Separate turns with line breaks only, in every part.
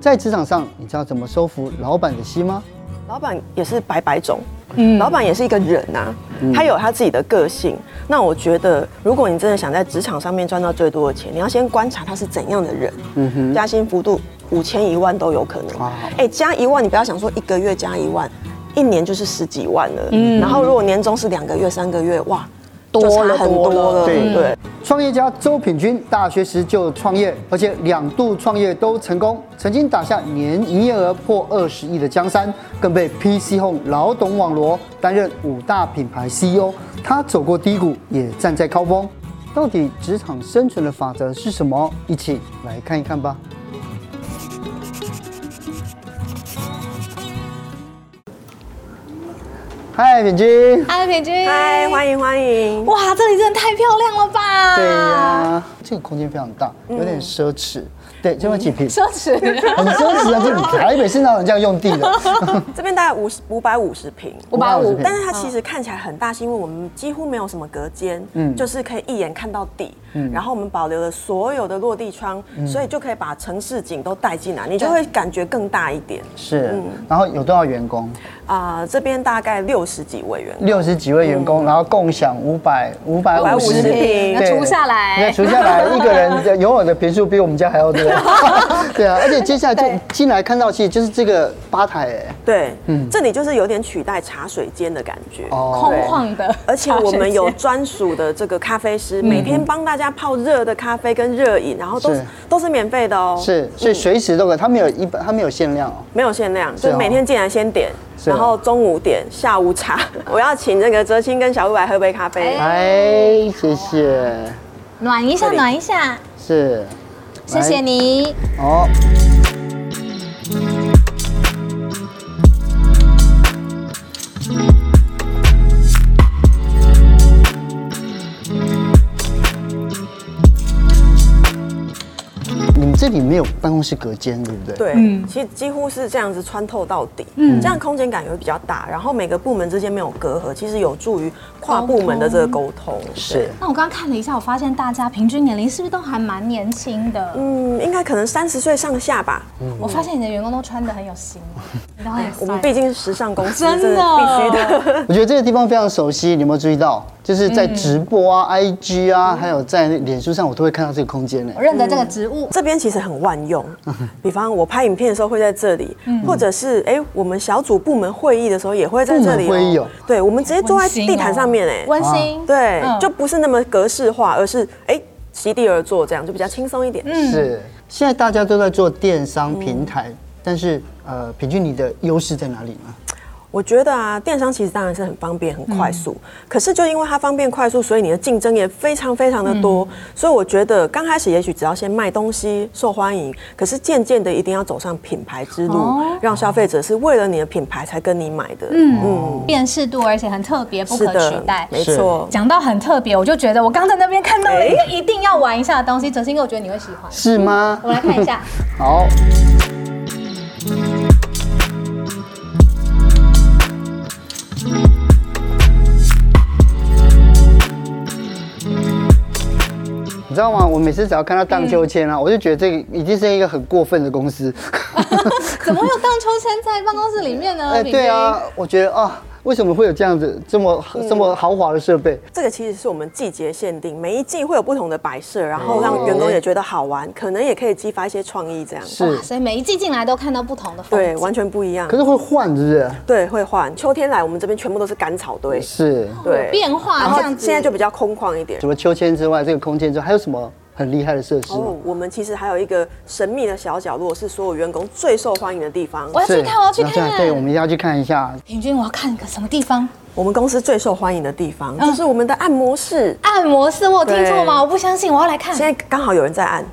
在职场上，你知道怎么收服老板的心吗？
老板也是百百种，
嗯
老板也是一个人呐、
嗯
他有他自己的个性。那我觉得，如果你真的想在职场上面赚到最多的钱，你要先观察他是怎样的人，加薪幅度五千一万都有可能
嗯哇。
哎，加一万，你不要想说一个月加一万，一年就是十几万了。然后如果年终是两个月、三个月，哇，就差
嗯多了
很
多
多
了嗯
了，
对
对。
创业家周品君大学时就创业，而且两度创业都成功，曾经打下年营业额破二十亿的江山，更被 PC Home 老董网罗担任五大品牌 CEO。他走过低谷，也站在高峰。到底职场生存的法则是什么？一起来看一看吧。嗨，品君。
嗨，平君，
嗨，欢迎欢迎。
哇，这里真的太漂亮了吧？
对呀、这个空间非常大，
嗯
有点奢侈。对，这边几平，
奢侈，
很奢侈啊！这台北市哪有这样用地 的？
这边大概五十五百五十平，
550
但是它其实看起来很大，是因为我们几乎没有什么隔间，
嗯
就是可以一眼看到底，然后我们保留了所有的落地窗，
嗯
所以就可以把城市景都带进来，你就会感觉更大一点。
是，
嗯
然后有多少员工？
啊、这边大概六十几位员工，
六十几位员
嗯
工，然后共享五百五百五十
550
平那除下来
那除下来一个人拥有的平数比我们家还要多。 对啊，而且接下来就进来看到，其实就是这个吧台，哎，
对，这里就是有点取代茶水间的感觉。
空
哦，
旷的，
而且我们有专属的这个咖啡师，每天帮大家泡热的咖啡跟热饮，然后都
嗯是
是都是免费的哦。
是，所以随时都可以，他们有一本，他们有限量哦。
没有限量，就是
哦
每天进来先点，
是哦
然后中午点，下午茶。 我要请那个哲青跟小鹿来喝杯咖啡。
哎，谢谢，
暖一下，暖一下，
是，
谢谢你。
哦。你们这里没有办公室隔间，对不对？。
对，其实几乎是这样子穿透到底，这样空间感也会比较大。然后每个部门之间没有隔阂，其实有助于跨部门的这个沟通。对
是，
那我刚刚看了一下，我发现大家平均年龄是不是都还蛮年轻的？
嗯，应该可能三十岁上下吧。
我发现你的员工都穿的很有型，然后很
嗯我们
帅
毕竟是时尚公司，
真
真
的
的必须的。
我觉得这个地方非常熟悉，你有没有注意到？就是在直播啊、IG 啊，还有在脸书上，我都会看到这个空间呢
我。认得这个职务，
这边其实很万用，
嗯
比方我拍影片的时候会在这里，或者是哎、我们小组部门会议的时候也会在这里、
部门会议哦
对，我们直接坐在
温馨哦
地毯上面哎、
温馨，
对，
嗯
就不是那么格式化，而是哎席地而坐，这样就比较轻松一点。
是，现在大家都在做电商平台，但是呃，平均你的优势在哪里呢？
我觉得啊，电商其实当然是很方便、很快速，可是就因为它方便快速，所以你的竞争也非常非常的多。所以我觉得刚开始也许只要先卖东西受欢迎，可是渐渐的一定要走上品牌之路，让消费者是为了你的品牌才跟你买的。嗯
辨识度，而且很特别，不
是
可取
的
代，。
没错。哎
讲到很特别，我就觉得我刚在那边看到了一个一定要玩一下的东西，哲鑫哥，我觉得你会喜欢。
是吗？
我们来看一下，
好，你知道吗？我每次只要看到荡秋
嗯
千啊，我就觉得这个一定是一个很过分的公司。
怎么会有荡秋千在办公室里面呢？
哎，
饼
对啊，我觉得啊，为什么会有这样子这么
嗯
这么豪华的设备？
这个其实是我们季节限定，每一季会有不同的摆设，然后让员工也觉得好玩，可能也可以激发一些创意，这样
饼。
是
哇，，所以每一季进来都看到不同的风
对，
景。
完全不一样
可。是会换，是不是？
对，会换。秋天来，我们这边全部都是干草堆，
是，
对，
变化
然后
这样子
现在就比较空旷一点。
除了秋千之外，这个空间之外，还有什么很厉害的设施吗
哦？，我们其实还有一个神秘的小角落，是所有员工最受欢迎的地方
我。要去看，啊我要去看。
对，我们一定要去看一下。。
平均我要看个什么地方？
我们公司最受欢迎的地方
嗯
就是我们的按摩室。
按摩室，我有听错吗？
对
我不相信，我要来看。
现在刚好有人在按，
哇，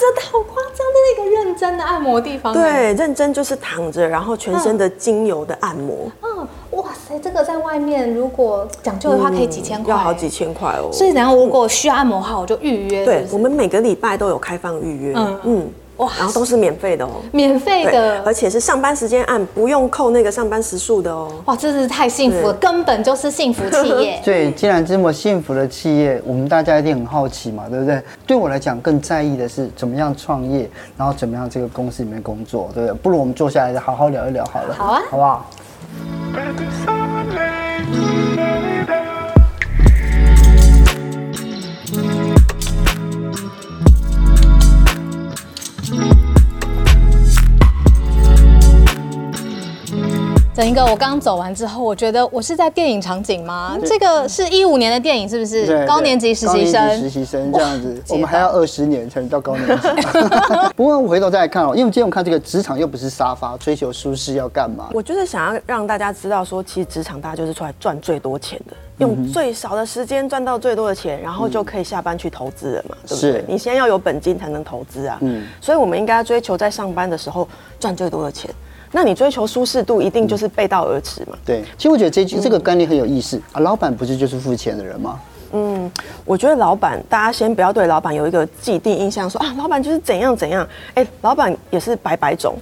真的好夸张，这是一个认真的按摩地方。，
对，认真就是躺着，然后全身的精油的按摩，
嗯，哇塞，这个在外面如果讲究的话，可以几千块，
嗯要好几。千块哦。
所以，然后如果需要按摩的话，我就预约。
对
是，不
我
是
们每个礼拜都有开放预约。
嗯
嗯，
哇
然后都是免费的哦，
免费
对，而
的，
且是上班时间按，不用扣那个上班时数的哦。
哇，真是太幸福了，根本就是幸福企业
所以，既然这么幸福的企业，我们大家一定很好奇嘛，对不对？对我来讲，更在意的是怎么样创业，然后怎么样这个公司里面工作，对不对？不如我们坐下来好好聊一聊好了，
好啊
好不好？
整一个我刚走完之后，我觉得我是在电影场景吗？这个是一五年的电影，是不是？
对
高年级实习
高年级
生
实。习生这样子，
解
我们还要二十年才能到高年 级。不过我回头再来看哦，因为今天我们看这个职场又不是沙发，追求舒适要干嘛？
我就是想要让大家知道说，其实职场大家就是出来赚最多钱的，用最少的时间赚到最多的钱，然后就可以下班去投资了嘛，对不
是
对？你先要有本金才能投资啊。嗯，所以我们应该追求在上班的时候赚最多的钱。那你追求舒适度，一定就是背道而驰嘛。
对，其实我觉得这句这个概念很有意思啊，老板不是就是付钱的人吗？
我觉得老板，大家先不要对老板有一个既定印象说，啊，老板就是怎样怎样。哎，老板也是百百种，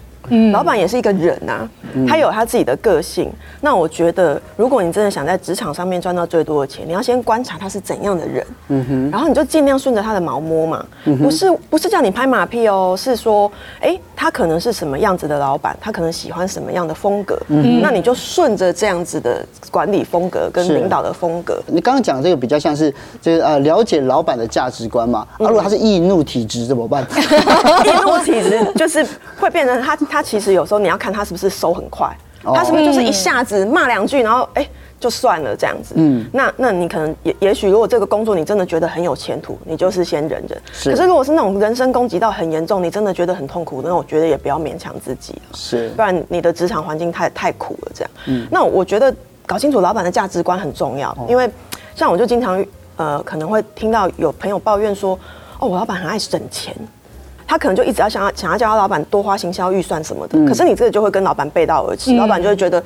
老板也是一个人啊，他有他自己的个性。那我觉得，如果你真的想在职场上面赚到最多的钱，你要先观察他是怎样的人，然后你就尽量顺着他的毛摸嘛，不是不是叫你拍马屁哦，是说，哎，他可能是什么样子的老板，他可能喜欢什么样的风格，那你就顺着这样子的管理风格跟
是
领导的风格，
你刚刚讲的这个比较像是，就是呃了解老板的价值观嘛。啊，如果他是易怒体质怎么办？
易怒体质就是会变成他，他其实有时候你要看他是不是收很快，
哦
他是不是就是一下子骂两句，然后哎、就算了这样子。嗯，那那你可能也也许如果这个工作你真的觉得很有前途，你就是先忍忍。
是
可是如果是那种人身攻击到很严重，你真的觉得很痛苦，那我觉得也不要勉强自己啊
是
不然你的职场环境太太苦了这样。嗯，那我觉得搞清楚老板的价值观很重要，因为像我就经常呃可能会听到有朋友抱怨说，哦，我老板很爱省钱。他可能就一直要想要想要叫他老板多花行销预算什么的，可是你这个就会跟老板背道而驰，老板就会觉得。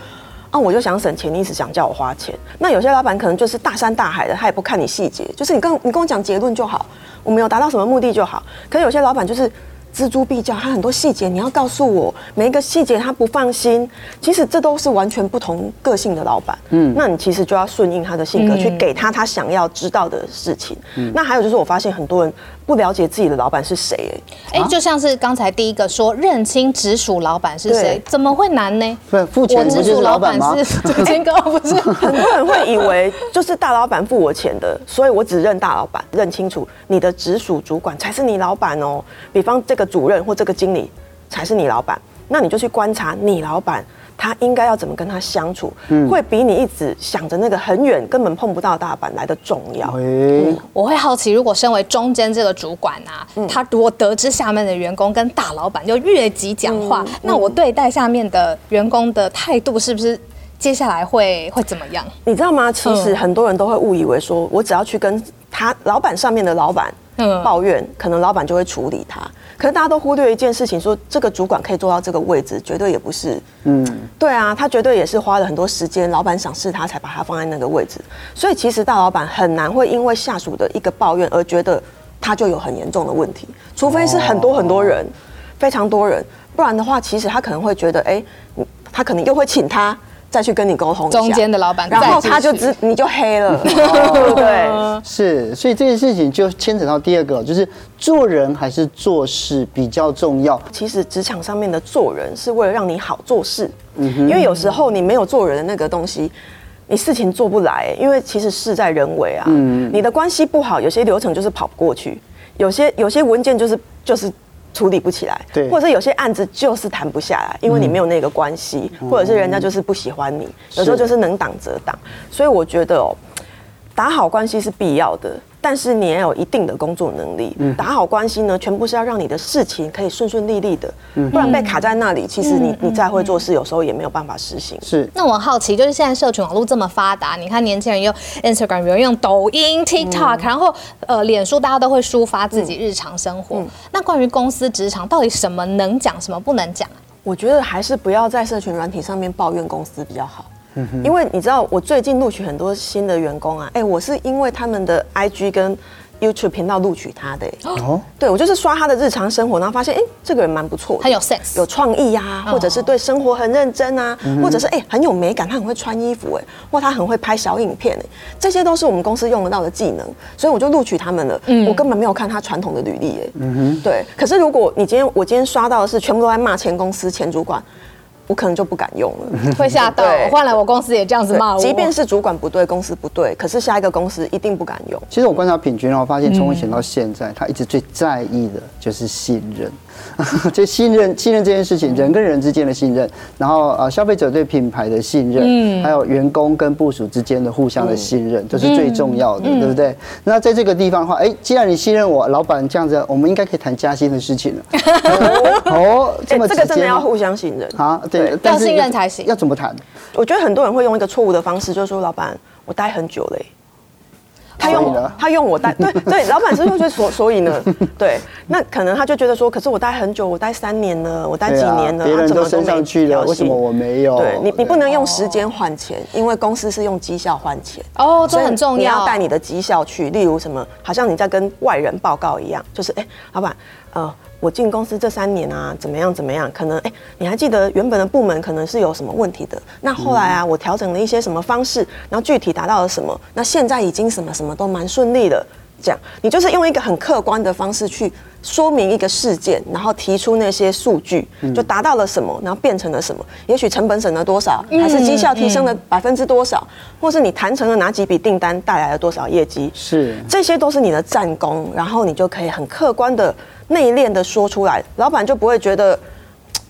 啊，我就想省钱，你一直想叫我花钱。那有些老板可能就是大山大海的，他也不看你细节，就是你跟你跟我讲结论就好，我们有达到什么目的就好。可是有些老板就是锱铢必较，他很多细节你要告诉我，每一个细节他不放心。其实这都是完全不同个性的老板，嗯，那你其实就要顺应他的性格去给他他想要知道的事情。那还有就是我发现很多人不了解自己的老板是谁、哎
哎，就像是刚才第一个说认清直属老板是谁
对，
怎么会难呢？
不然付钱
我
不
直
就是
属
老
老
板
板
吗？
是酒精哥，不是？
很多人会以为就是大老板付我钱的，所以我只认大老板。认清楚，你的直属主管才是你老板哦。比方这个主任或这个经理才是你老板，那你就去观察你老板。他应该要怎么跟他相处，会比你一直想着那个很远、根本碰不到的大老板来的重要。
嗯喂，
我会好奇，如果身为中间这个主管啊，
嗯
他如果得知下面的员工跟大老板就越级讲话，
嗯
那我对待下面的员工的态度是不是接下来会会怎么样？
你知道吗？其实
嗯
很多人都会误以为说，我只要去跟他老板上面的老板
嗯
抱怨，可能老板就会处理他。可是大家都忽略一件事情，说这个主管可以做到这个位置，绝对也不是，嗯，对啊，他绝对也是花了很多时间，老板赏识他才把他放在那个位置。所以其实大老板很难会因为下属的一个抱怨而觉得他就有很严重的问题，除非是很多很多人。非常多人，不然的话，其实他可能会觉得，哎、你他可能又会请他再去跟你沟通一下
中间的老板
然后
再
他就
继续
知你就黑了，对不对？
是，所以这件事情就牵扯到第二个，就是做人还是做事比较重要。
其实职场上面的做人是为了让你好做事，因为有时候你没有做人的那个东西。你事情做不来，因为其实事在人为啊。你的关系不好，有些流程就是跑不过去，有些有些文件就是就是处理不起来，
对
或者是有些案子就是谈不下来，因为你没有那个关系，或者是人家就是不喜欢你，有时候就是能挡则挡。所以我觉得哦，打好关系是必要的，但是你要有一定的工作能力。打好关系呢，全部是要让你的事情可以顺顺利利的，不然被卡在那里，其实你你再会做事，有时候也没有办法实行。
是，
那我好奇，就是现在社群网络这么发达，你看年轻人用 Instagram，有人用抖音、TikTok，、然
嗯
后呃，脸书大家都会抒发自己日常生活。
嗯
那关于公司职场，到底什么能讲，什么不能讲啊？
我觉得还是不要在社群软体上面抱怨公司比较好。因为你知道，我最近录取很多新的员工啊，哎、我是因为他们的 IG 跟 YouTube 频道录取他的、欸
哦，
对我就是刷他的日常生活，然后发现哎、诶这个人蛮不错的，
很有 sense
有创意啊，或者是对生活很认真啊，或者是哎、诶很有美感，他很会穿衣服哎、或他很会拍小影片哎、这些都是我们公司用得到的技能，所以我就录取他们了。我根本没有看他传统的履历哎、对。可是如果你今天我今天刷到的是全部都在骂前公司前主管，我可能就不敢用了。
会吓到
对
我。换来我公司也这样子
对
骂我，
即便是主管不对，公司不对，可是下一个公司一定不敢用。
其实我观察品君哦，发现从我以前到现在，他一直最在意的就是信任，这信任 信任这件事情，人跟人之间的信任，然后呃消费者对品牌的信任，还有员工跟部署之间的互相的信任，这是最重要的，对不对？那在这个地方的话，哎，既然你信任我，老板这样子，我们应该可以谈加薪的事情了。哦，这
哎
么
这
直
个
接
真的
吗
要互相信任。
啊，对，但是
要信任才行
要怎么谈？
我觉得很多人会用一个错误的方式，就是说老板，我待很久嘞、他
所
用
以呢
他用我待， 对对，老板是不是所所以呢？对，那可能他就觉得说，可是我待很久，我待三年了，我待几
对啊
年了，
别人
啊怎么
都升上
没
去了
调薪
为什么我没有
对你，你不
对
能用时间换钱，因为公司是用绩效换钱。
哦，这
所以
很重
你
要。
要带你的绩效去，例如什么，好像你在跟外人报告一样，就是哎、老板，呃，我进公司这三年啊，怎么样怎么样？可能哎、你还记得原本的部门可能是有什么问题的，那后来
嗯
啊，我调整了一些什么方式，然后具体达到了什么，那现在已经什么什么都蛮顺利的。这样，你就是用一个很客观的方式去说明一个事件，然后提出那些数据，就达到了什么，然后变成了什么。也许成本省了多少，还是绩效提升了百分之多少，或是你谈成了哪几笔订单，带来了多少业绩，
是
这些都是你的战功，然后你就可以很客观的、内敛的说出来，老板就不会觉得。嘖嗯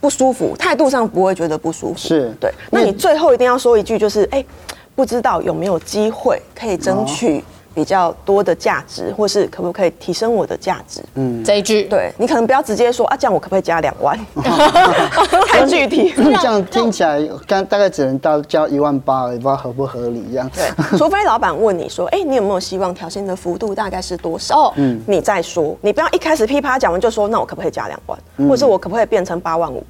不舒服，态度上不会觉得不舒服。
是
对。那你最后一定要说一句，就是哎、嘖不知道有没有机会可以争取比较多的价值，或是可不可以提升我的价值？嗯，
这一句，
对你可能不要直接说啊，这样我可不可以加两万？太具体。
这样听起来，刚大概只能到交一万八，也不知道合不合理这样。
对，除非老板问你说，哎、你有没有希望调薪的幅度大概是多少？
哦
你再说，你不要一开始噼啪讲完就说，那我可不可以加两万，
嗯
或者我可不可以变成八万五？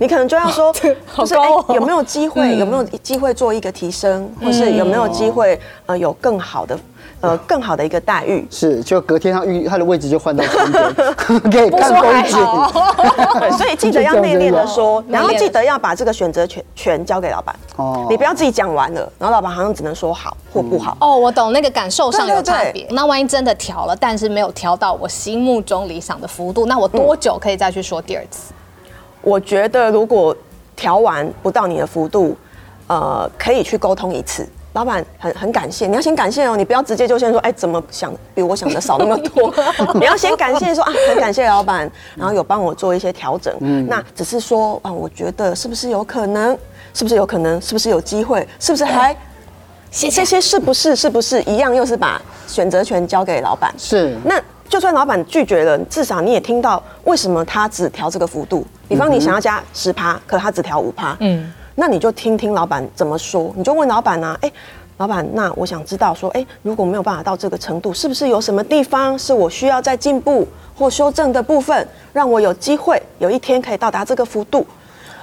你可能就要说，就是哎、
好高哦
有没有机会，有没有机会做一个提升，
嗯
或是有没有机会呃有更好的呃更好的一个待遇？
是，就隔天他遇他的位置就换到中间，可以
不
干
说还
公子。
好，
对，所以记得要内敛的说，
嗯内敛
然后记得要把这个选择权权交给老板。
哦
哦，你不要自己讲完了，然后老板好像只能说好或不好。
哦，我懂那个感受上有差
对
别。那万一真的调了，但是没有调到我心目中理想的幅度，那我多
嗯
久可以再去说第二次？
我觉得如果调完不到你的幅度，呃，可以去沟通一次。老板很很感谢，你要先感谢哦，你不要直接就先说，哎，怎么想比我想的少那么 多？你要先感谢说啊，很感谢老板，然后有帮我做一些调整。
嗯
那只是说啊，我觉得是不是有可能？是不是有可能？是不是有机会？是不是还？
谢
这些是不是是不是一样，又是把选择权交给老板？
是
那就算老板拒绝了，至少你也听到为什么他只调这个幅度。比方你想要加十趴，可他只调五趴，嗯，那你就听听老板怎么说，你就问老板啊，哎、老板，那我想知道说，哎、如果没有办法到这个程度，是不是有什么地方是我需要再进步或修正的部分，让我有机会有一天可以到达这个幅度？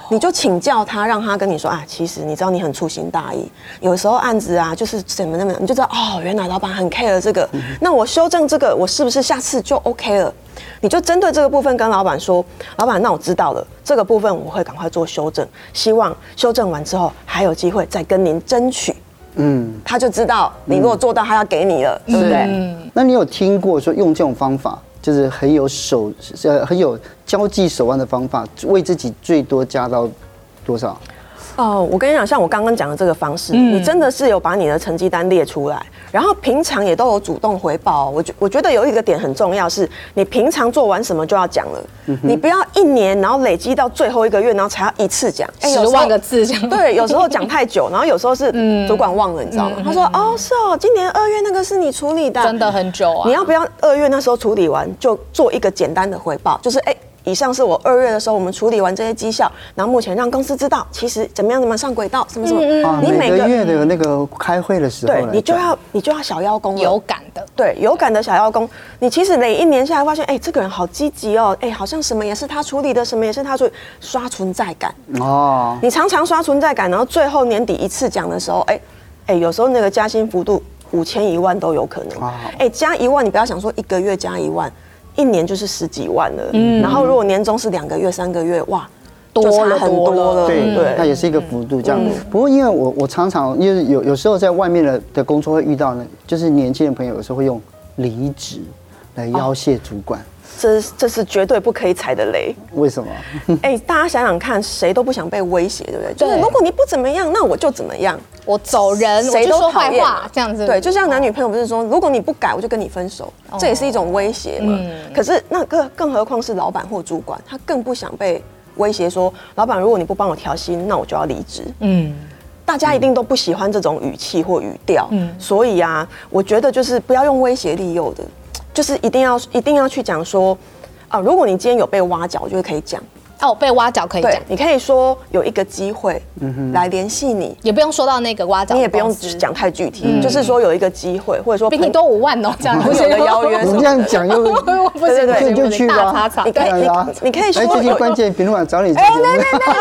你就请教他，让他跟你说啊，其实你知道你很粗心大意，有时候案子啊就是怎么那么，你就知道哦，原来老板很 care 这个，那我修正这个，我是不是下次就 OK 了？你就针对这个部分跟老板说，老板，那我知道了，这个部分我会赶快做修正，希望修正完之后还有机会再跟您争取。嗯，他就知道你如果做到，他要给你了，对不对？
那你有听过说用这种方法，就是很有手呃很有交际手腕的方法，为自己最多加到多少？
哦，我跟你讲，像我刚刚讲的这个方式，
嗯
你真的是有把你的成绩单列出来，然后平常也都有主动回报哦、我觉我觉得有一个点很重要是，你平常做完什么就要讲了，
嗯
你不要一年然后累积到最后一个月，然后才要一次讲，哎有时候
10万个字这样嗯
对，有时候讲太 久，然后有时候是主管忘了，你知道吗？他说哦是哦，今年二月那个是你处理的，
真的很久啊
你要不要二月那时候处理完就做一个简单的回报，就是哎。以上是我二月的时候，我们处理完这些绩效，然后目前让公司知道，其实怎么样怎么样上轨道，什么什么，
啊，每个月的那个开会的时候来
对
讲，
你就要你就要小邀功了
有感的，
对有感的小邀功，你其实累一年下来发现，哎，这个人好积极哦，哎，好像什么也是他处理的，什么也是他处理，刷存在感。
哦，
你常常刷存在感，然后最后年底一次讲的时候，哎、哎、有时候那个加薪幅度五千一万都有可能。
哇
哎、加一万，你不要想说一个月加一万，一年就是十几万了。然后如果年终是两个月、三个月，哇，就
嗯多
差
了
很多
多了
了。
哦对，它也是一个幅度这样。不过因为我我常常因为有有时候在外面的的工作会遇到呢，就是年轻的朋友有时候会用离职来要挟主管，
这这是绝对不可以踩的雷。
为什么？
哎、大家想想看，谁都不想被威胁，对不对？就是
对
如果你不怎么样，那我就怎么样。
我走人，呃我
谁
就
都
说
讨
坏
厌
话，这样子。哦
对，就像男女朋友不是说，如果你不改，我就跟你分手，这也是一种威胁嘛。
嗯
可是那更更何况是老板或主管，他更不想被威胁说，老板如果你不帮我调薪，那我就要离职。
嗯，
大家一定都不喜欢这种语气或语调，
嗯
所以啊，我觉得就是不要用威胁利诱的，就是一定要一定要去讲说，啊，如果你今天有被挖角，我觉得可以讲，
哦，被挖角可以
对
讲，，
你可以说有一个机会来联系你，
也不用说到那个挖角，
你也不用，讲太具体，
嗯
就是说有一个机会，或者说
比你
朋
多五万哦，这样
朋友的邀约
你
什
们
么
这样讲又
我不行，
对对对
不行
就
不
就去
行，
吧
大擦擦
你。可以
对啊
你可以说哎
哎最近
有
关键评论网找你做节目。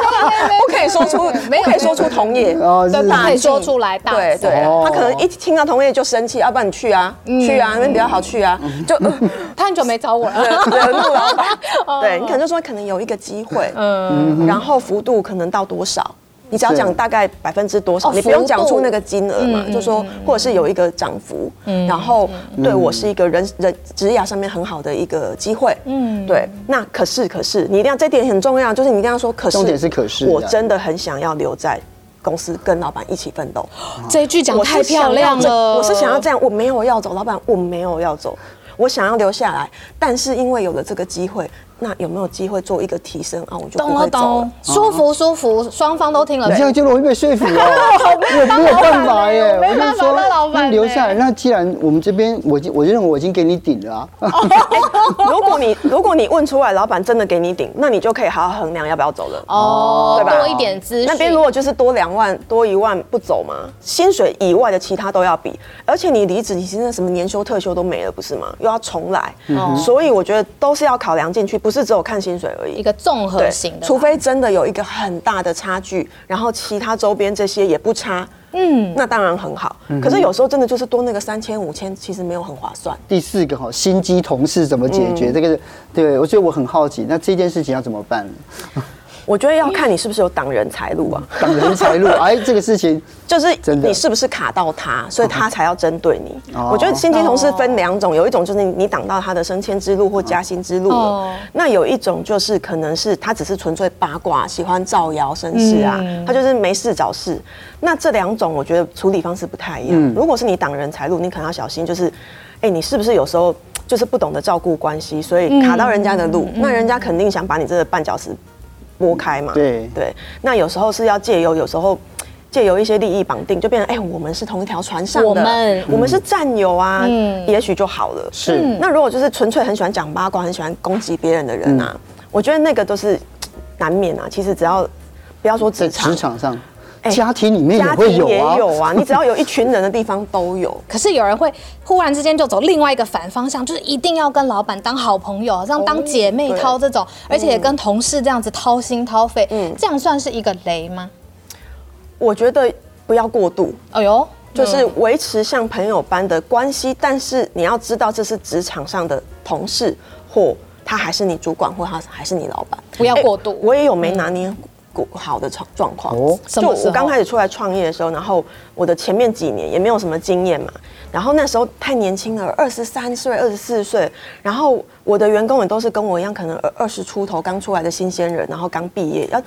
不可以说出，
没有
不可以说出同业
哦是
的大
不
可以
忌
说出来大
对
忌
对
哦，
他可能一听到同业就生气，要不然你去啊，
嗯
去啊，那比较好去啊，
嗯
就呃
他很久没找我了，
惹怒老板。对你可能就说可能有一个机会，哦嗯，然后幅度可能到多少？你只要
是
讲大概百分之多少，
哦
你不用
幅度
讲出那个金额嘛，就说或者是有一个涨幅，然后
嗯
对我是一个人人职涯上面很好的一个机会，嗯，对。那可是可是，你一定要这点很重要，就是你一定要说可是，
重点是可是啊
我
这样
真的很想要留在公司跟老板一起奋斗，
这一句讲
我
太
是
漂
想要
亮
这
了，
我是想要这样，我没有要走，老板，我没有要走，我想要留下来，但是因为有了这个机会，那有没有机会做一个提升啊？我就
懂
不
了
会走
懂
了。，
舒服舒服，双方都 听了
你。这样就容易被说 服哦，我没有办法耶，
我没办法当老板
那
耶
留下来。那既然我们这边，我已经我认为我已经给你顶了啊，
如果你如果你问出来，老板真的给你顶，那你就可以好好衡量要不要走了。
哦，
对吧
多一点资讯。
那边如果就是多两万、多一万不走嘛，薪水以外的其他都要比，而且你离职，你现在什么年休、特休都没了，不是吗？又要重来，
嗯
所以我觉得都是要考量进去，不是只有看薪水而已
一。个综合
对，
型的吧，
除非真的有一个很大的差距，然后其他周边这些也不差，嗯，那当然很好。可是有时候真的就是多那个三千五千，其实没有很划算。
第四个哈，心机同事怎么解决？
嗯
这个是对我，所以我很好奇，那这件事情要怎么办呢？
我觉得要看你是不是有挡人财路啊，
挡人财路， 哎，这个事情
就是
真的
你是不是卡到他，所以他才要针对你。
哦
我觉得薪金同事分两种，有一种就是你你挡到他的升迁之路或加薪之路
哦
了，那有一种就是可能是他只是纯粹八卦，喜欢造谣生事啊，他就是没事找事。那这两种我觉得处理方式不太一
嗯
样。如果是你挡人财路，你可能要小心，就是，哎，你是不是有时候就是不懂得照顾关系，所以卡到人家的路，那人家肯定想把你这个绊脚石拨开嘛。
对
对，那有时候是要借由，有时候。借由一些利益绑定，就变成哎、我们是同一条船上的，
我们
我们是战友啊，
嗯
也许就好了。
嗯是
那如果就是纯粹很喜欢讲八卦、很喜欢攻击别人的人啊，
嗯
我觉得那个都是难免啊。其实只要不要说
在
职场，
职场上、
哎
家庭里面也
家
会
庭
有
也
啊，
有啊，你只要有一群人的地方都有。
可是有人会忽然之间就走另外一个反方向，就是一定要跟老板当好朋友，好像当姐妹掏这
哦嗯
种，而且也跟同事这样子掏心掏肺，这样算是一个雷吗？
我觉得不要过度，
哎呦，
就是维持像朋友般的关系，但是你要知道这是职场上的同事，或他还是你主管，或他还是你老板，
不要
哎
哦过度嗯
我也有没拿捏过好的状状况，
哦
什
就
么时候
我刚开始出来创业的时候，然后我的前面几年也没有什么经验嘛，然后那时候太年轻了，二十三岁、二十四岁，然后我的员工也都是跟我一样，可能二二十出头刚出来的新鲜人，然后刚毕业，要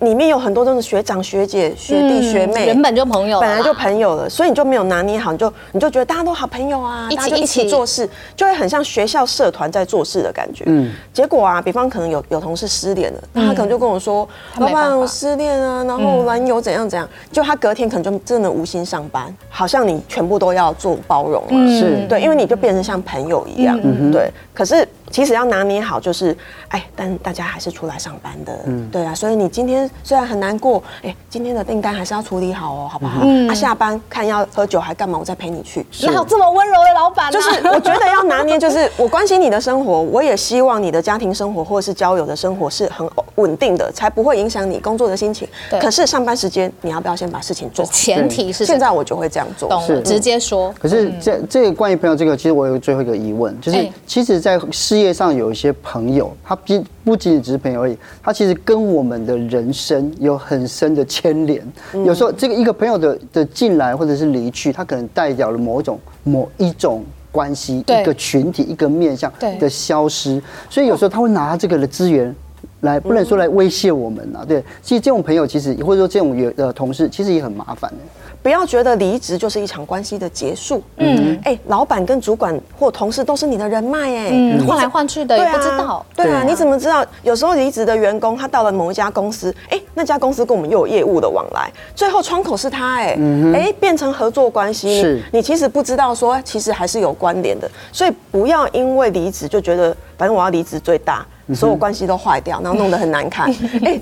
里面有很多都是学长、学姐、学弟、哎学妹，
嗯原本就朋友啦，啊
本来就朋友了，所以你就没有拿捏好，你就你就觉得大家都好朋友啊，
一起
大家就一
一
起
起
做事，就会很像学校社团在做事的感觉。嗯，结果啊，比方可能有有同事失恋了，他可能就跟我说，
嗯他
老
没办法
板我失恋啊，然后男友怎样怎样，就他隔天可能就真的无心上班，好像你全部都要做包容了。
是
对，因为你就变成像朋友一样，对。可是其实要拿捏好，就是哎，但大家还是出来上班的，对啊，所以你今天虽然很难过，哎，今天的订单还是要处理好哦，好不好？啊，下班看要喝酒还干嘛，我再陪你去。
哪有这么温柔的老板、啊？
就是我觉得要拿捏，就是我关心你的生活，我也希望你的家庭生活或者是交友的生活是很稳定的，才不会影响你工作的心情
对。
可是上班时间，你要不要先把事情做好？
前提是
嗯现在我就会这样做。
懂了，
是
直接说。
可是这这个关于朋友这个，其实我有最后一个疑问，就是
嗯哎
其实，在事业上有一些朋友，他不不仅仅只是朋友而已，他其实跟我们的人生有很深的牵连。
嗯
有时候这个一个朋友的的进来或者是离去，他可能代表了某种某一种。关系
对
一个群体一个面向
对
的消失，所以有时候他会拿这个的资源来，不能说来威胁我们啊。对，其实这种朋友其实或者说这种有呃同事，其实也很麻烦的。
不要觉得离职就是一场关系的结束。嗯，哎、老板跟主管或同事都是你的人脉哎、
嗯，
你
换来换去的也不知道。
对啊，对啊
对啊
你怎么知道？有时候离职的员工，他到了某一家公司，哎、那家公司跟我们又有业务的往来，最后窗口是他、哎、哎、变成合作关系，
是
你其实不知道说，其实还是有关联的，所以不要因为离职就觉得，反正我要离职最大，所有关系都坏掉，然后弄得很难看， 哎、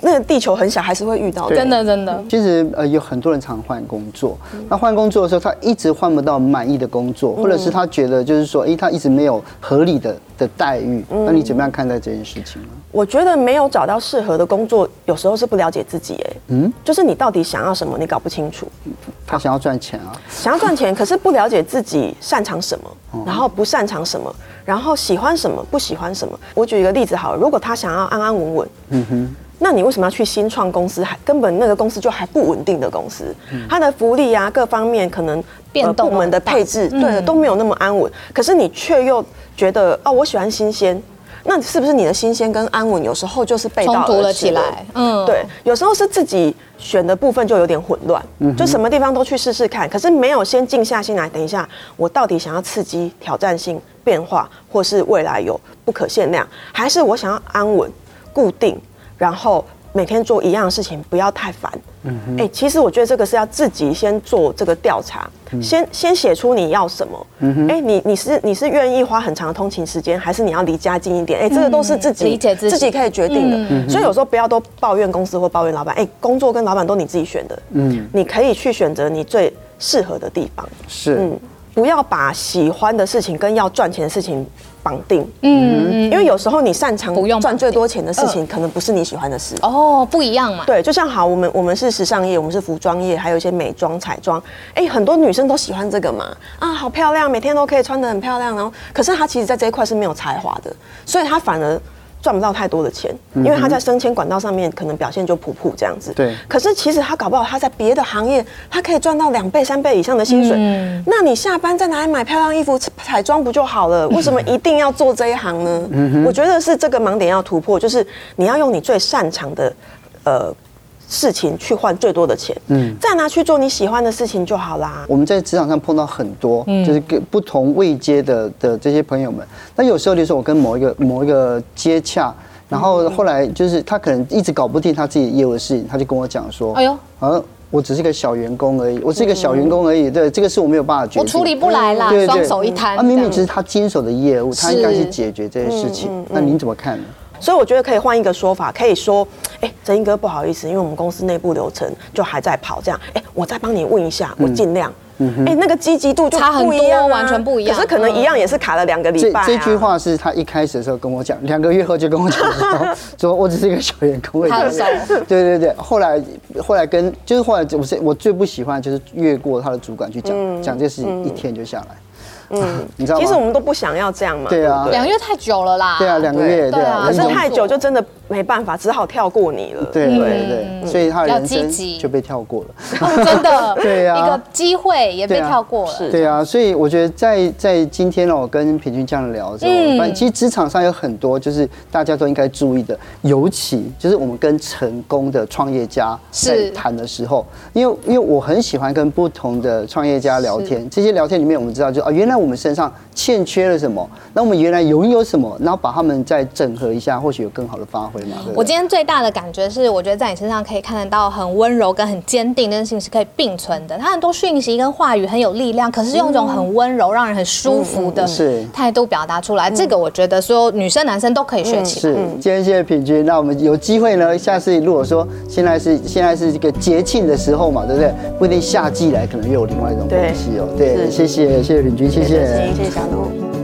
那个地球很小，还是会遇到的。
真的真的，
其实呃有很多人常换工作，
嗯
那换工作的时候，他一直换不到满意的工作，或者是他觉得就是说，哎，他一直没有合理的的待遇。
嗯
那你怎么样看待这件事情呢？
我觉得没有找到适合的工作，有时候是不了解自己，哎，嗯，就是你到底想要什么，你搞不清楚。
他想要赚钱啊，
想要赚钱，可是不了解自己擅长什么，然后不擅长什么，然后喜欢什么，不喜欢什么。我举一个例子好了，如果他想要安安稳稳，嗯哼。那你为什么要去新创公司？还根本那个公司就还不稳定的公司，它的福利啊各方面可能呃
变动
部门的
很大嗯
配置，对，都没有那么安稳。可是你却又觉得哦，我喜欢新鲜，那是不是你的新鲜跟安稳有时候就是背道
冲突
而
了
驰
起
的
来嗯
对，有时候是自己选的部分就有点混乱，就什么地方都去试试看，可是没有先静下心来，等一下我到底想要刺激、挑战性、变化，或是未来有不可限量，还是我想要安稳、固定，然后。每天做一样的事情，不要太烦。嗯，哎、其实我觉得这个是要自己先做这个调查，先先写出你要什么。嗯哎、你你是你是愿意花很长的通勤时间，还是你要离家近一点？哎、这个都是自己、
嗯理解自己嗯
自己可以决定的。所以有时候不要都抱怨公司或抱怨老板，哎、工作跟老板都你自己选的，嗯，你可以去选择你最适合的地方，
是。
嗯，不要把喜欢的事情跟要赚钱的事情绑定，
嗯，
因为有时候你擅长
不用绑定
赚
嗯
最多钱的事情，可能不是你喜欢的事。
哦，不一样嘛。
对，就像好，我们我们是时尚业，我们是服装业，还有一些美妆、彩妆。哎、很多女生都喜欢这个嘛，啊，好漂亮，每天都可以穿得很漂亮。然后，可是她其实在这一块是没有才华的，所以她反而赚不到太多的钱，因为她在升迁管道上面可能表现就普普这样子。
对
可是其实她搞不好她在别的行业，她可以赚到两倍、三倍以上的薪水。那你下班在哪里买漂亮衣服、彩妆不就好了？为什么一定要做这一行呢？我觉得是这个盲点要突破，就是你要用你最擅长的。呃事情去换最多的钱，嗯，再拿去做你喜欢的事情就好啦。
我们在职场上碰到很多，
嗯
就是跟不同位阶的的这些朋友们。那有时候，比如说我跟某一个某一个接洽，然后后来就是他可能一直搞不定他自己业务的事情，他就跟我讲说：“
哎
哎
呦
呦，啊，我只是个小员工而已，我是一个小员工而已，对，这个事我没有办法决定，
嗯我处理不来啦
对对
双手一摊
啊，明
这
明
样
只是他经手的业务，他
是嗯
应该去解决这些事情。那您怎么看呢？
所以我觉得可以换一个说法，可以说，哎、泽英哥不好意思，因为我们公司内部流程就还在跑，这样，哎、我再帮你问一下，
嗯
我尽量。哎、那个积极度就
差很
不一样啊
多完全不一样
可是可能一样也是卡了两个礼
这
拜、啊
这句话是他一开始的时候跟我讲，两个月后就跟我讲 说，说我只是一个小员工而
他很
已
熟。
对对对，后来后来跟就是后来我是我最不喜欢就是越过他的主管去讲
嗯
讲这事情，一天就下来。嗯， 你知道吗？
其实我们都不想要这样嘛。
对啊
不
两个月太久了啦。
对啊，两个月
对
对
啊
啊，
可
人
是
生
太久就真的没办法，只好跳过你了。
对对对，所以他的
嗯要
人
积
生
极
就被跳过了。
哦，真的。
对啊
一个机会也被跳过了。
是
对啊，所以我觉得在在今天呢，我跟平均这样聊之后，
嗯
我发现其实职场上有很多就是大家都应该注意的，尤其就是我们跟成功的创业家
是
在谈的时候，因为因为我很喜欢跟不同的创业家聊天，这些聊天里面我们知道就啊，原来我们身上欠缺了什么，那我们原来拥有什么，然后把他们再整合一下，或许有更好的发挥。围嘛。对不对
我今天最大的感觉是，我觉得在你身上可以看得到很温柔跟很坚定，这件事情是可以并存的。他很多讯息跟话语很有力量，可是用一种很温柔、让人很舒服的
嗯是
态度表达出来。这个我觉得所有女生男生都可以学起。
是，今天谢谢品君。那我们有机会呢，下次如果说现在是现在是这个节庆的时候嘛，对不对？不一定夏季来，可能又有另外一种东西哦。对，
是
谢谢谢谢品君，谢谢
谢谢小鹿。